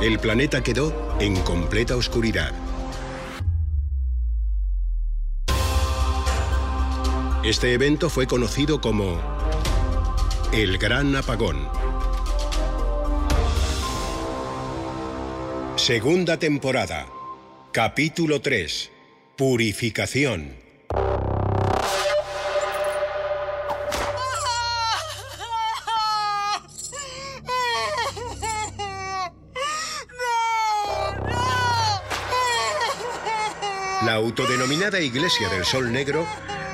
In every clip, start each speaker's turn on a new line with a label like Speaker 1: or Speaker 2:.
Speaker 1: El planeta quedó en completa oscuridad. Este evento fue conocido como el Gran Apagón. Segunda temporada, capítulo 3. Purificación. La autodenominada Iglesia del Sol Negro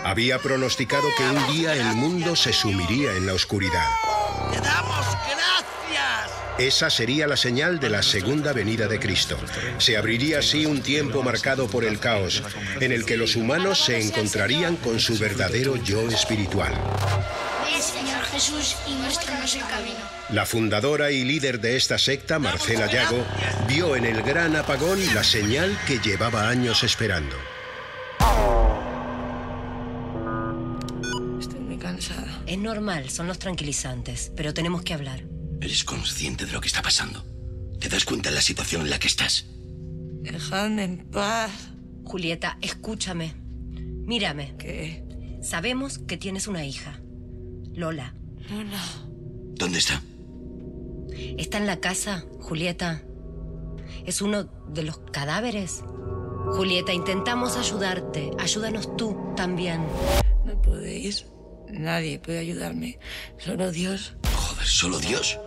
Speaker 1: había pronosticado que un día el mundo se sumiría en la oscuridad.
Speaker 2: ¡Te damos gracias!
Speaker 1: Esa sería la señal de la segunda venida de Cristo. Se abriría así un tiempo marcado por el caos, en el que los humanos se encontrarían con su verdadero yo espiritual.
Speaker 3: El Señor Jesús y muéstranos el camino.
Speaker 1: La fundadora y líder de esta secta, Marcela Yago, vio en el gran apagón la señal que llevaba años esperando.
Speaker 4: Estoy muy cansada.
Speaker 5: Es normal, son los tranquilizantes, pero tenemos que hablar.
Speaker 2: ¿Eres consciente de lo que está pasando? ¿Te das cuenta de la situación en la que estás?
Speaker 4: Dejadme en paz.
Speaker 5: Julieta, escúchame. Mírame.
Speaker 4: Que.
Speaker 5: Sabemos que tienes una hija. Lola.
Speaker 4: No, no.
Speaker 2: ¿Dónde está?
Speaker 5: ¿Está en la casa, Julieta? ¿Es uno de los cadáveres? Julieta, intentamos ayudarte. Ayúdanos tú también.
Speaker 4: No podéis. Nadie puede ayudarme. Solo Dios.
Speaker 2: Joder, solo Dios.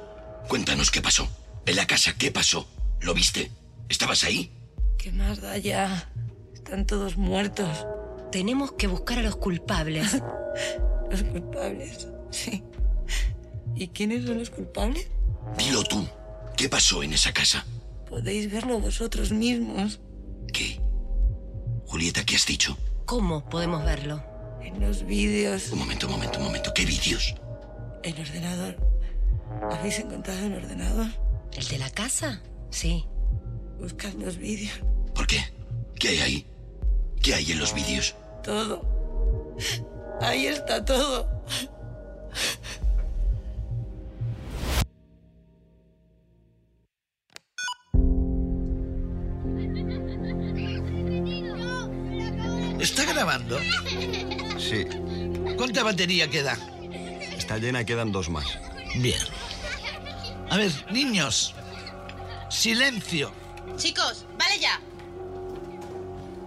Speaker 2: Cuéntanos qué pasó. En la casa, ¿qué pasó? ¿Lo viste? ¿Estabas ahí?
Speaker 4: ¿Qué más da ya? Están todos muertos.
Speaker 5: Tenemos que buscar a los culpables.
Speaker 4: Los culpables. Sí. ¿Y quiénes son los culpables?
Speaker 2: Dilo tú. ¿Qué pasó en esa casa?
Speaker 4: Podéis verlo vosotros mismos.
Speaker 2: ¿Qué? Julieta, ¿qué has dicho?
Speaker 5: ¿Cómo podemos verlo?
Speaker 4: En los vídeos.
Speaker 2: Un momento, un momento, un momento. ¿Qué vídeos?
Speaker 4: El ordenador. ¿Habéis encontrado el ordenador?
Speaker 5: ¿El de la casa? Sí.
Speaker 4: Buscad los vídeos.
Speaker 2: ¿Por qué? ¿Qué hay ahí? ¿Qué hay en los vídeos?
Speaker 4: Todo. Ahí está todo.
Speaker 6: ¿Está grabando?
Speaker 7: Sí,
Speaker 6: ¿Cuánta batería queda?
Speaker 7: está llena, quedan dos más.
Speaker 6: Bien. A ver, niños. Silencio.
Speaker 8: Chicos, vale ya.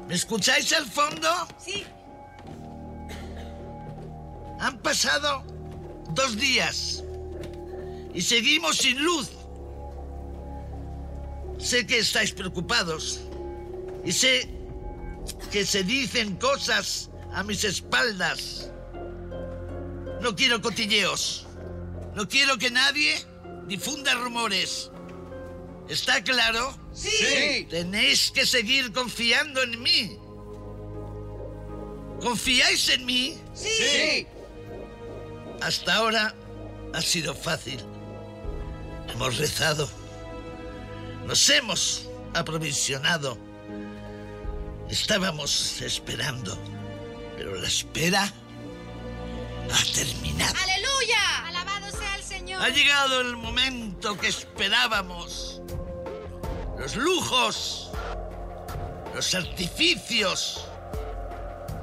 Speaker 6: ¿Me escucháis al fondo?
Speaker 8: Sí.
Speaker 6: Han pasado dos días. Y seguimos sin luz. Sé que estáis preocupados. Y sé que se dicen cosas a mis espaldas. No quiero cotilleos. No quiero que nadie difunda rumores. ¿Está claro? Sí. Tenéis que seguir confiando en mí. ¿Confiáis en mí? Sí. Hasta ahora ha sido fácil. Hemos rezado. Nos hemos aprovisionado. Estábamos esperando. Pero la espera ha terminado.
Speaker 8: ¡Aleluya! Alabado sea el Señor.
Speaker 6: Ha llegado el momento que esperábamos. Los lujos, los artificios,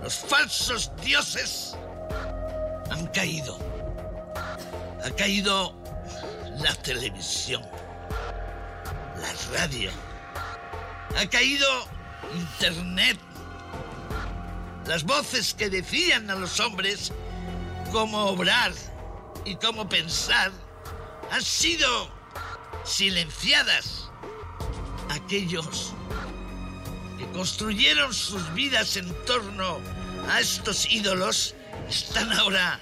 Speaker 6: los falsos dioses han caído. Ha caído la televisión, la radio, ha caído Internet. Las voces que decían a los hombres cómo obrar y cómo pensar han sido silenciadas. Aquellos que construyeron sus vidas en torno a estos ídolos están ahora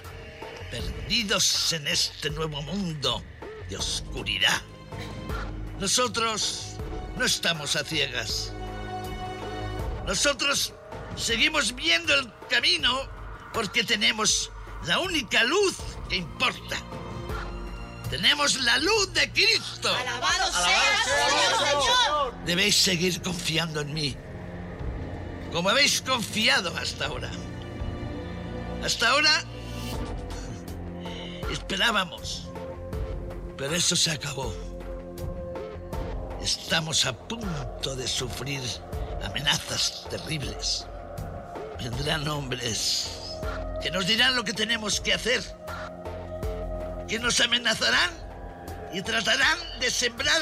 Speaker 6: perdidos en este nuevo mundo de oscuridad. Nosotros No estamos a ciegas. Nosotros seguimos viendo el camino porque tenemos la única luz que importa. Tenemos la luz de Cristo.
Speaker 9: Alabado sea el Señor.
Speaker 6: Debéis seguir confiando en mí, como habéis confiado hasta ahora. Hasta ahora esperábamos, pero eso se acabó. Estamos a punto de sufrir amenazas terribles. Vendrán hombres que nos dirán lo que tenemos que hacer, que nos amenazarán y tratarán de sembrar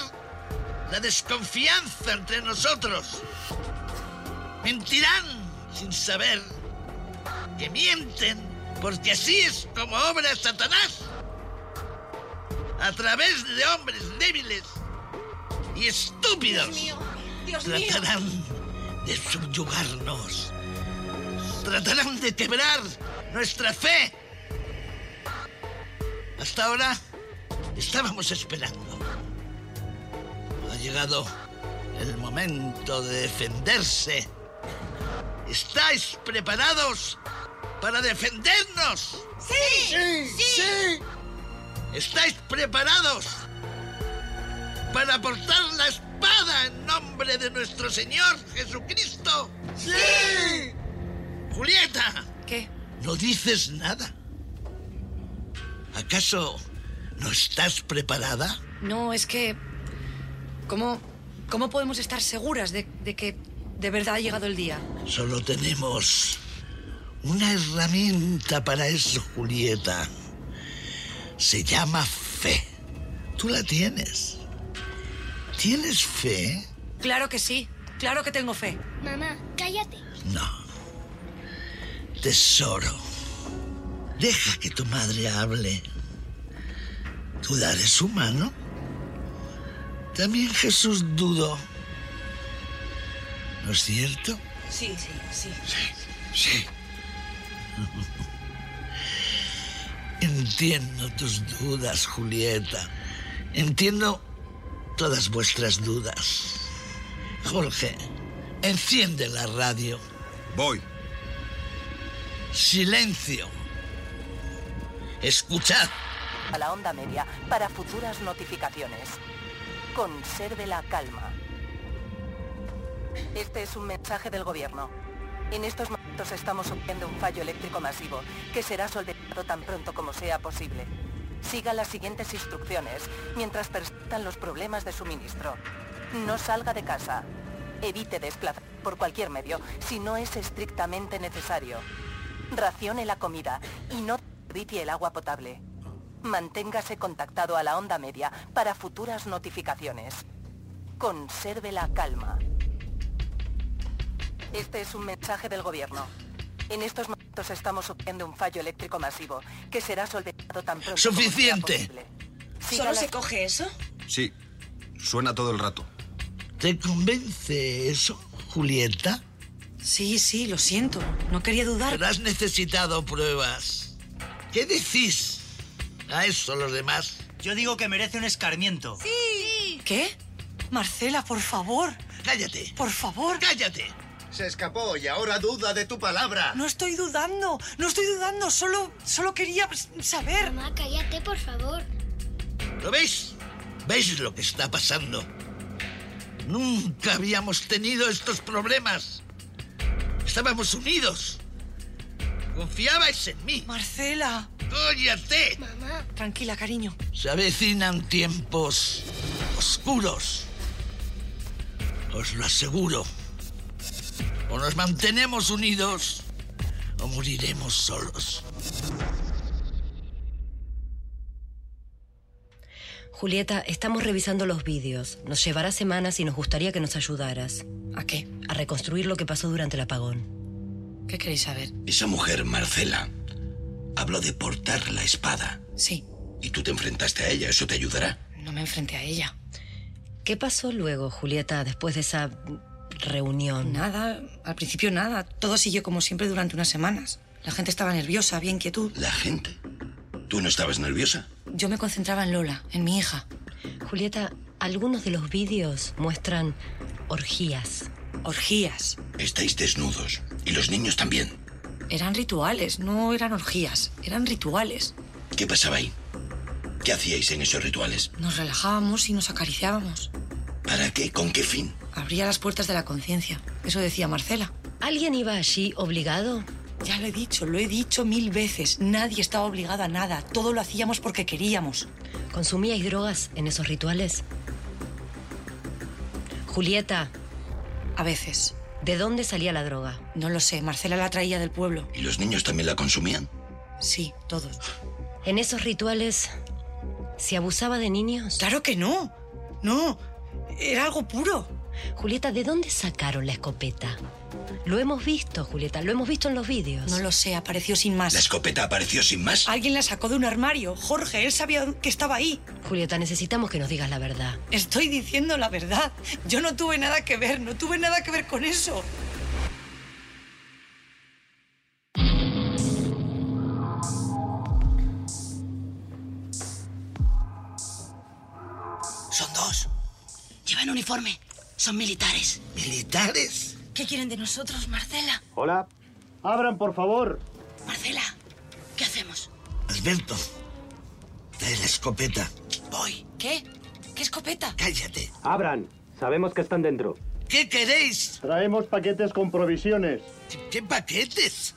Speaker 6: la desconfianza entre nosotros. Mentirán sin saber que mienten, porque así es como obra Satanás. A través de hombres débiles y estúpidos
Speaker 9: Dios mío. Dios mío.
Speaker 6: tratarán de subyugarnos. Tratarán de quebrar nuestra fe. Hasta ahora estábamos esperando. Ha llegado el momento de defenderse. ¿Estáis preparados para defendernos?
Speaker 9: Sí. Sí.
Speaker 6: ¿Estáis preparados para portar la espada en nombre de nuestro Señor Jesucristo? ¡Sí! Julieta,
Speaker 4: ¿Qué?
Speaker 6: no dices nada. ¿Acaso no estás preparada?
Speaker 4: No, es que... ¿Cómo, cómo podemos estar seguras de, de que de verdad ha llegado el día?
Speaker 6: Solo tenemos una herramienta para eso, Julieta. Se llama fe. Tú la tienes. ¿Tienes fe?
Speaker 4: Claro que sí, claro que tengo fe.
Speaker 3: Mamá, cállate.
Speaker 6: No. Tesoro. Deja que tu madre hable. Dudar es humano. También Jesús dudó. ¿No es cierto?
Speaker 4: Sí, sí, sí.
Speaker 10: Sí.
Speaker 6: Entiendo tus dudas, Julieta. Entiendo todas vuestras dudas. Jorge, enciende la radio.
Speaker 1: Voy.
Speaker 6: Silencio. Escuchad.
Speaker 5: a la onda media para futuras notificaciones. Conserve la calma. Este es un mensaje del gobierno. En estos momentos estamos sufriendo un fallo eléctrico masivo que será solventado tan pronto como sea posible. Siga las siguientes instrucciones mientras persistan los problemas de suministro. No salga de casa. Evite desplazar por cualquier medio si no es estrictamente necesario. Racione la comida y no desperdicie el agua potable. Manténgase contactado a la onda media para futuras notificaciones. Conserve la calma. Este es un mensaje del gobierno. En estos momentos estamos sufriendo un fallo eléctrico masivo que será solventado tan pronto. como sea
Speaker 6: Suficiente.
Speaker 5: posible. Siga las-
Speaker 9: coge eso?
Speaker 1: Sí. Suena todo el rato.
Speaker 6: ¿Te convence eso, Julieta?
Speaker 4: Sí, sí, lo siento. No quería dudar.
Speaker 6: Pero has necesitado pruebas. ¿Qué decís a eso los demás?
Speaker 11: Yo digo que merece un escarmiento.
Speaker 4: ¿Qué? Marcela, por favor,
Speaker 6: Cállate,
Speaker 4: por favor.
Speaker 6: cállate.
Speaker 11: Se escapó y ahora duda de tu palabra.
Speaker 4: No estoy dudando, no estoy dudando, solo, solo quería saber.
Speaker 3: Mamá, cállate, por favor.
Speaker 6: ¿Lo veis? ¿Veis lo que está pasando? Nunca habíamos tenido estos problemas. Estábamos unidos. Confiabais en mí.
Speaker 4: Marcela,
Speaker 6: ¡Cállate!
Speaker 3: Mamá.
Speaker 4: tranquila, cariño.
Speaker 6: Se avecinan tiempos oscuros. Os lo aseguro. O nos mantenemos unidos o moriremos solos.
Speaker 12: Julieta, estamos revisando los vídeos. Nos llevará semanas y nos gustaría que nos ayudaras
Speaker 4: ¿A qué?
Speaker 12: a reconstruir lo que pasó durante el apagón.
Speaker 4: ¿Qué queréis saber?
Speaker 10: Esa mujer, Marcela, habló de portar la espada.
Speaker 4: Sí,
Speaker 10: Y tú te enfrentaste a ella, eso te ayudará.
Speaker 4: no me enfrenté a ella.
Speaker 12: ¿Qué pasó luego, Julieta, después de esa reunión?
Speaker 4: Nada, al principio nada. Todo siguió como siempre durante unas semanas. La gente estaba nerviosa, había inquietud.
Speaker 10: La gente. ¿Tú no estabas nerviosa?
Speaker 4: Yo me concentraba en Lola, en mi hija.
Speaker 12: Julieta,
Speaker 5: Algunos de los vídeos muestran orgías.
Speaker 4: Orgías.
Speaker 2: Estáis desnudos. Y los niños también.
Speaker 4: Eran rituales, no eran orgías, eran rituales.
Speaker 2: ¿Qué pasaba ahí? ¿Qué hacíais en esos rituales?
Speaker 4: Nos relajábamos y nos acariciábamos.
Speaker 2: ¿Para qué? ¿Con qué fin?
Speaker 4: Abría las puertas de la conciencia. Eso decía Marcela.
Speaker 5: ¿Alguien iba allí obligado?
Speaker 4: Ya lo he dicho, lo he dicho mil veces. Nadie estaba obligado a nada. Todo lo hacíamos porque queríamos.
Speaker 5: ¿Consumíais drogas en esos rituales? Julieta.
Speaker 4: A veces.
Speaker 5: ¿De dónde salía la droga?
Speaker 4: No lo sé. Marcela la traía del pueblo.
Speaker 2: ¿Y los niños también la consumían?
Speaker 4: Sí, todos.
Speaker 5: ¿En esos rituales se abusaba de niños?
Speaker 4: Claro que no. No. Era algo puro.
Speaker 5: Julieta, ¿de dónde sacaron la escopeta? Lo hemos visto, Julieta, lo hemos visto en los vídeos.
Speaker 4: No lo sé, apareció sin más.
Speaker 2: ¿La escopeta apareció sin más?
Speaker 4: Alguien la sacó de un armario. Jorge, él sabía que estaba ahí.
Speaker 5: Julieta, necesitamos que nos digas la verdad.
Speaker 4: Estoy diciendo la verdad. Yo no tuve nada que ver, no tuve nada que ver con eso.
Speaker 6: Son dos.
Speaker 11: Llevan uniforme. Son militares.
Speaker 6: ¿Militares?
Speaker 11: ¿Qué quieren de nosotros, Marcela?
Speaker 13: Hola. Abran, por favor.
Speaker 11: Marcela, ¿qué hacemos?
Speaker 6: Alberto, trae la escopeta.
Speaker 11: Voy. ¿Qué? ¿Qué escopeta?
Speaker 6: Cállate.
Speaker 13: Abran. Sabemos que están dentro.
Speaker 6: ¿Qué queréis?
Speaker 13: Traemos paquetes con provisiones.
Speaker 6: ¿Qué, qué paquetes?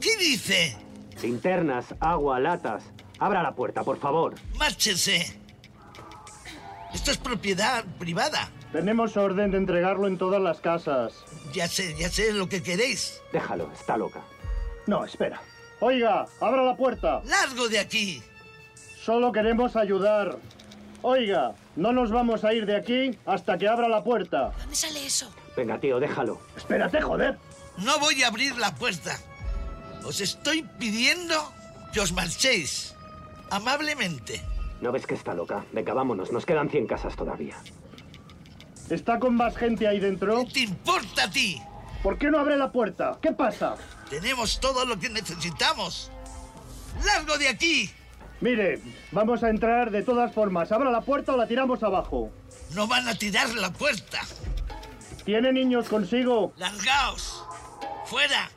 Speaker 6: ¿Qué dice?
Speaker 13: Linternas, agua, latas. Abra la puerta, por favor.
Speaker 6: Márchese. Esto es propiedad privada.
Speaker 13: Tenemos orden de entregarlo en todas las casas.
Speaker 6: Ya sé, ya sé lo que queréis.
Speaker 13: Déjalo, está loca. No, espera. Oiga, abra la puerta.
Speaker 6: Largo de aquí.
Speaker 13: Solo queremos ayudar. Oiga, no nos vamos a ir de aquí hasta que abra la puerta.
Speaker 11: ¿Dónde sale eso?
Speaker 13: Venga, tío, déjalo. Espérate, joder.
Speaker 6: No voy a abrir la puerta. Os estoy pidiendo que os marchéis. Amablemente.
Speaker 13: ¿No ves que está loca? Venga, vámonos, nos quedan 100 casas todavía. ¿Está con más gente ahí dentro?
Speaker 6: ¿Qué te importa a ti?
Speaker 13: ¿Por qué no abre la puerta? ¿Qué pasa?
Speaker 6: Tenemos todo lo que necesitamos. ¡Largo de aquí!
Speaker 13: Mire, vamos a entrar de todas formas. Abra la puerta o la tiramos abajo.
Speaker 6: No van a tirar la puerta.
Speaker 13: ¿Tiene niños consigo?
Speaker 6: ¡Largaos! ¡Fuera!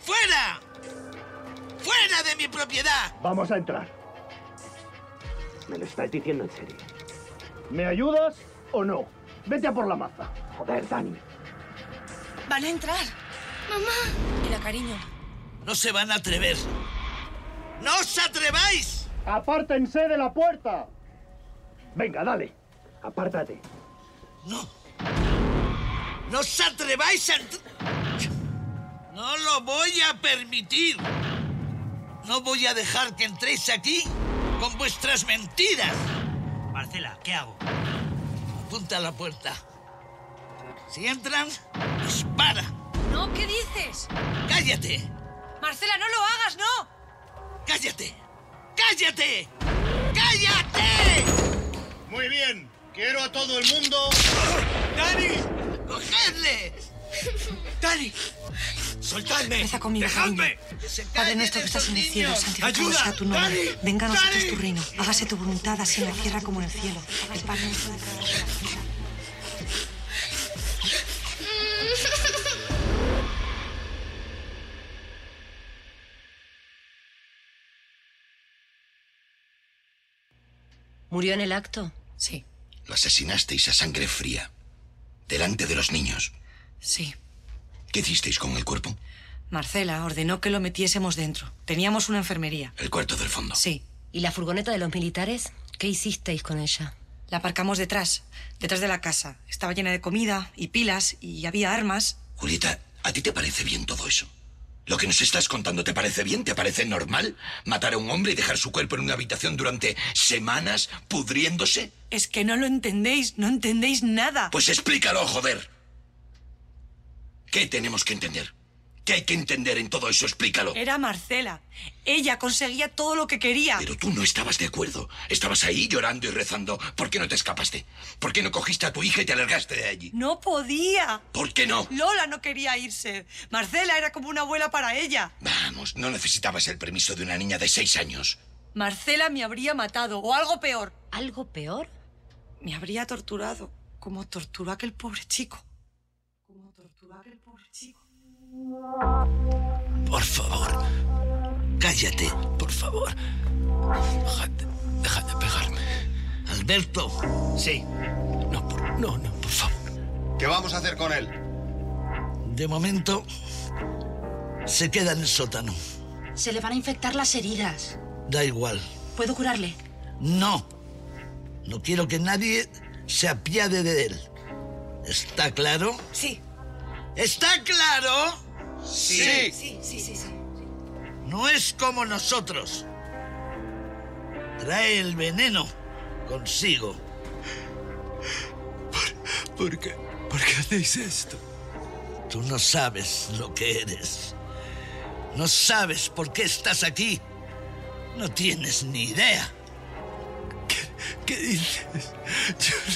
Speaker 6: ¡Fuera! ¡Fuera de mi propiedad!
Speaker 13: Vamos a entrar.
Speaker 14: ¿Me lo estás diciendo en serio?
Speaker 13: ¿Me ayudas o no? Vete a por la maza.
Speaker 14: Joder, Dani.
Speaker 11: Van a entrar. Mamá. Mira, cariño.
Speaker 6: No se van a atrever. ¡No os atreváis!
Speaker 13: ¡Apártense de la puerta! Venga, dale. Apártate.
Speaker 6: No. No os atreváis a... No lo voy a permitir. No voy a dejar que entréis aquí con vuestras mentiras.
Speaker 15: Marcela, ¿qué hago?
Speaker 6: Apunta a la puerta. Si entran, dispara.
Speaker 4: No, ¿qué dices?
Speaker 6: Cállate.
Speaker 4: Marcela, no lo hagas, no.
Speaker 6: Cállate. Cállate. Cállate.
Speaker 15: Muy bien. Quiero a todo el mundo.
Speaker 6: ¡Dani! ¡Cogedle! ¡Dani! ¡Soltadme!
Speaker 4: Reza conmigo,
Speaker 6: ¡Dejadme!
Speaker 4: Padre nuestro que estás en el cielo, santificado
Speaker 6: ¡Ayuda!
Speaker 4: sea tu nombre.
Speaker 6: ¡Dani!
Speaker 4: Venga a nosotros
Speaker 6: ¡Dani!
Speaker 4: tu reino. Hágase tu voluntad así en la tierra como en el cielo. El pan nuestro de cada día.
Speaker 5: ¿Murió en el acto?
Speaker 4: Sí,
Speaker 2: Lo asesinasteis a sangre fría. Delante de los niños.
Speaker 4: sí.
Speaker 2: ¿Qué hicisteis con el cuerpo?
Speaker 4: Marcela ordenó que lo metiésemos dentro. Teníamos una enfermería.
Speaker 2: El cuarto del fondo.
Speaker 4: Sí.
Speaker 5: ¿Y la furgoneta de los militares? ¿Qué hicisteis con ella?
Speaker 4: La aparcamos detrás, detrás de la casa. Estaba llena de comida y pilas y había armas.
Speaker 2: Julieta, ¿a ti te parece bien todo eso? ¿Lo que nos estás contando te parece bien? ¿Te parece normal? ¿Matar a un hombre y dejar su cuerpo en una habitación durante semanas pudriéndose?
Speaker 4: Es que no lo entendéis, no entendéis nada.
Speaker 2: Pues explícalo, joder. ¿Qué tenemos que entender? ¿Qué hay que entender en todo eso? Explícalo.
Speaker 4: Era Marcela. Ella conseguía todo lo que quería.
Speaker 2: Pero tú no estabas de acuerdo. Estabas ahí llorando y rezando. ¿Por qué no te escapaste? ¿Por qué no cogiste a tu hija y te alargaste de allí?
Speaker 4: No podía.
Speaker 2: ¿Por qué no?
Speaker 4: Lola no quería irse. Marcela era como una abuela para ella.
Speaker 2: Vamos, no necesitabas el permiso de una niña de seis años.
Speaker 4: Marcela me habría matado o algo peor.
Speaker 5: ¿Algo peor?
Speaker 4: me habría torturado como torturó a aquel pobre chico. Como torturó a aquel pobre chico.
Speaker 2: Por favor, cállate, por favor. Déjate, deja de pegarme.
Speaker 6: Alberto.
Speaker 2: Sí. No, por, no, no, por favor.
Speaker 7: ¿Qué vamos a hacer con él?
Speaker 6: De momento, se queda en el sótano.
Speaker 11: Se le van a infectar las heridas.
Speaker 6: Da igual.
Speaker 11: ¿Puedo curarle?
Speaker 6: No. No quiero que nadie se apiade de él. ¿Está claro?
Speaker 4: Sí.
Speaker 6: ¿Está claro?
Speaker 7: Sí.
Speaker 4: Sí, sí, sí, sí.
Speaker 6: No es como nosotros. Trae el veneno consigo.
Speaker 2: ¿Por, por qué? ¿Por qué hacéis esto?
Speaker 6: Tú no sabes lo que eres. No sabes por qué estás aquí. No tienes ni idea.
Speaker 2: ¿Qué dices?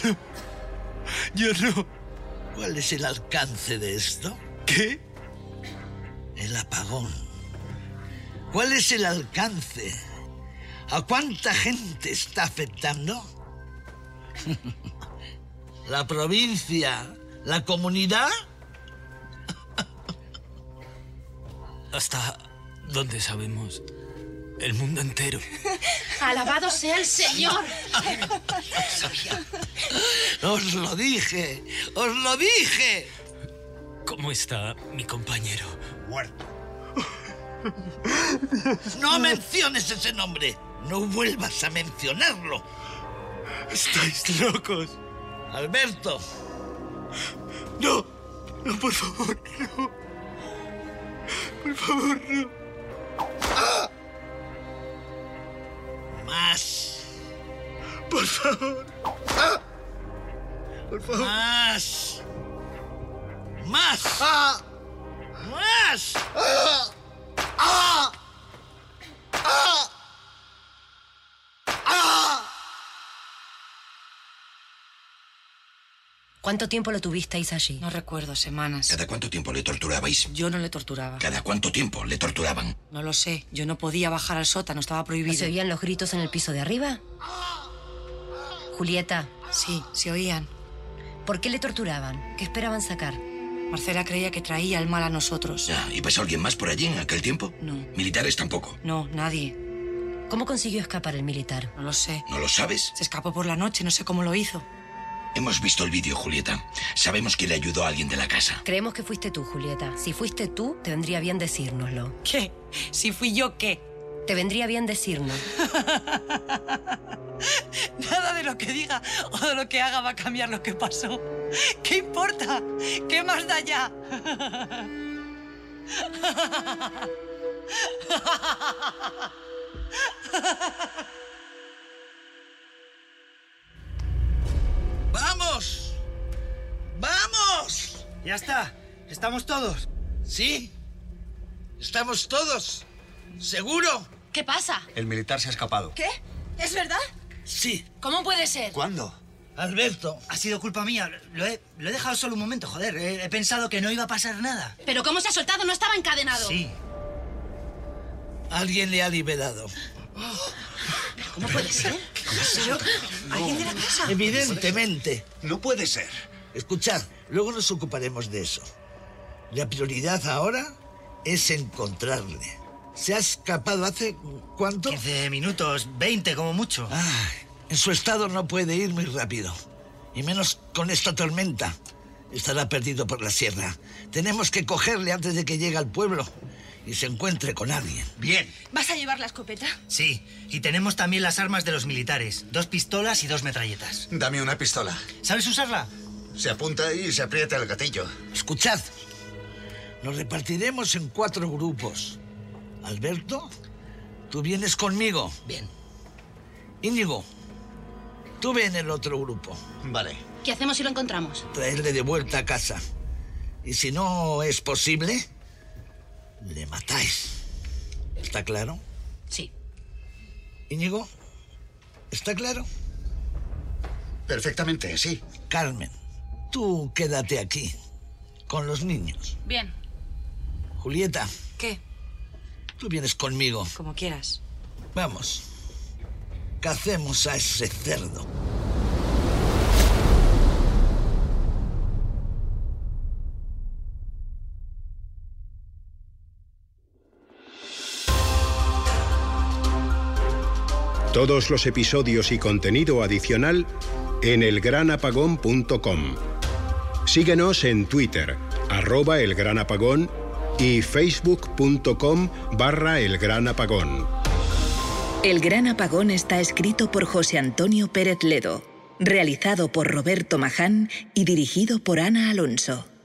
Speaker 2: Yo no. Yo no.
Speaker 6: ¿Cuál es el alcance de esto?
Speaker 2: ¿Qué?
Speaker 6: El apagón. ¿Cuál es el alcance? ¿A cuánta gente está afectando? ¿La provincia? ¿La comunidad?
Speaker 16: Hasta donde sabemos. El mundo entero.
Speaker 11: Alabado sea el Señor.
Speaker 6: Os lo dije, os lo dije.
Speaker 16: ¿Cómo está mi compañero?
Speaker 7: Muerto.
Speaker 6: No menciones ese nombre. No vuelvas a mencionarlo.
Speaker 16: Estáis locos.
Speaker 6: Alberto.
Speaker 16: No, no, por favor, no. Por favor, no. ¡Ah!
Speaker 6: Más.
Speaker 16: Por favor. ¡Ah! Por favor.
Speaker 6: Más. Más.
Speaker 16: ¡Ah!
Speaker 6: Más.
Speaker 16: ¡Ah! ¡Ah! ¡Ah! ¡Ah!
Speaker 5: ¿Cuánto tiempo lo tuvisteis allí?
Speaker 4: No recuerdo, semanas.
Speaker 2: ¿Cada cuánto tiempo le torturabais?
Speaker 4: Yo no le torturaba.
Speaker 2: ¿Cada cuánto tiempo le torturaban?
Speaker 4: No lo sé. Yo no podía bajar al sótano, estaba
Speaker 5: ¿No
Speaker 4: prohibido.
Speaker 5: se oían los gritos en el piso de arriba? Julieta,
Speaker 4: Sí, se oían.
Speaker 5: ¿por qué le torturaban? ¿Qué esperaban sacar?
Speaker 4: Marcela creía que traía el mal a nosotros.
Speaker 2: Ya, ¿y pasó alguien más por allí en aquel tiempo?
Speaker 4: No.
Speaker 2: Militares tampoco.
Speaker 4: No, nadie.
Speaker 5: ¿Cómo consiguió escapar el militar?
Speaker 4: No lo sé.
Speaker 2: ¿No lo sabes?
Speaker 4: Se escapó por la noche, no sé cómo lo hizo.
Speaker 2: Hemos visto el vídeo, Julieta. Sabemos que le ayudó a alguien de la casa.
Speaker 5: Creemos que fuiste tú, Julieta. Si fuiste tú, te vendría bien decírnoslo.
Speaker 4: ¿Qué? Si fui yo, ¿qué?
Speaker 5: Te vendría bien decirnos.
Speaker 4: Nada de lo que diga o de lo que haga va a cambiar lo que pasó. ¿Qué importa? ¿Qué más da ya?
Speaker 6: ¡Vamos! ¡Vamos!
Speaker 15: Ya está. Estamos todos.
Speaker 6: Sí. Estamos todos. ¿Seguro?
Speaker 11: ¿Qué pasa?
Speaker 7: El militar se ha escapado.
Speaker 11: ¿Qué? ¿Es verdad?
Speaker 6: Sí.
Speaker 11: ¿Cómo puede ser?
Speaker 7: ¿Cuándo?
Speaker 6: Alberto,
Speaker 15: Ha sido culpa mía. Lo he, lo he dejado solo un momento, joder. He, he pensado que no iba a pasar nada.
Speaker 11: ¿Pero cómo se ha soltado? No estaba encadenado.
Speaker 15: Sí.
Speaker 6: alguien le ha liberado. ¿Eh?
Speaker 11: ¿Cómo puede ser?
Speaker 4: ¿Alguien de la casa?
Speaker 6: Evidentemente.
Speaker 7: No puede ser.
Speaker 6: Escuchad, luego nos ocuparemos de eso. La prioridad ahora es encontrarle. ¿Se ha escapado hace cuánto?
Speaker 15: 15 minutos, 20 como mucho.
Speaker 6: Ay, en su estado no puede ir muy rápido. Y menos con esta tormenta. Estará perdido por la sierra. Tenemos que cogerle antes de que llegue al pueblo y se encuentre con alguien.
Speaker 15: Bien,
Speaker 11: ¿Vas a llevar la escopeta?
Speaker 15: sí. Y tenemos también las armas de los militares. Dos pistolas y dos metralletas.
Speaker 7: Dame una pistola.
Speaker 15: ¿Sabes usarla?
Speaker 7: Se apunta y se aprieta el gatillo.
Speaker 6: Escuchad. Nos repartiremos en cuatro grupos. Alberto, tú vienes conmigo.
Speaker 15: Bien.
Speaker 6: Íñigo, tú ve en el otro grupo.
Speaker 7: Vale.
Speaker 11: ¿Qué hacemos si lo encontramos?
Speaker 6: Traerle de vuelta a casa. Y si no es posible, le matáis. ¿Está claro?
Speaker 11: Sí.
Speaker 6: Íñigo, ¿está claro?
Speaker 7: Perfectamente, sí.
Speaker 6: Carmen, tú quédate aquí, con los niños.
Speaker 11: Bien.
Speaker 6: Julieta,
Speaker 4: ¿Qué?
Speaker 6: tú vienes conmigo.
Speaker 4: Como quieras.
Speaker 6: Vamos. Cacemos a ese cerdo.
Speaker 1: Todos los episodios y contenido adicional en elgranapagón.com. Síguenos en Twitter, arroba elgranapagón y facebook.com barra elgranapagón.
Speaker 5: El Gran Apagón está escrito por José Antonio Pérez Ledo, realizado por Roberto Maján y dirigido por Ana Alonso.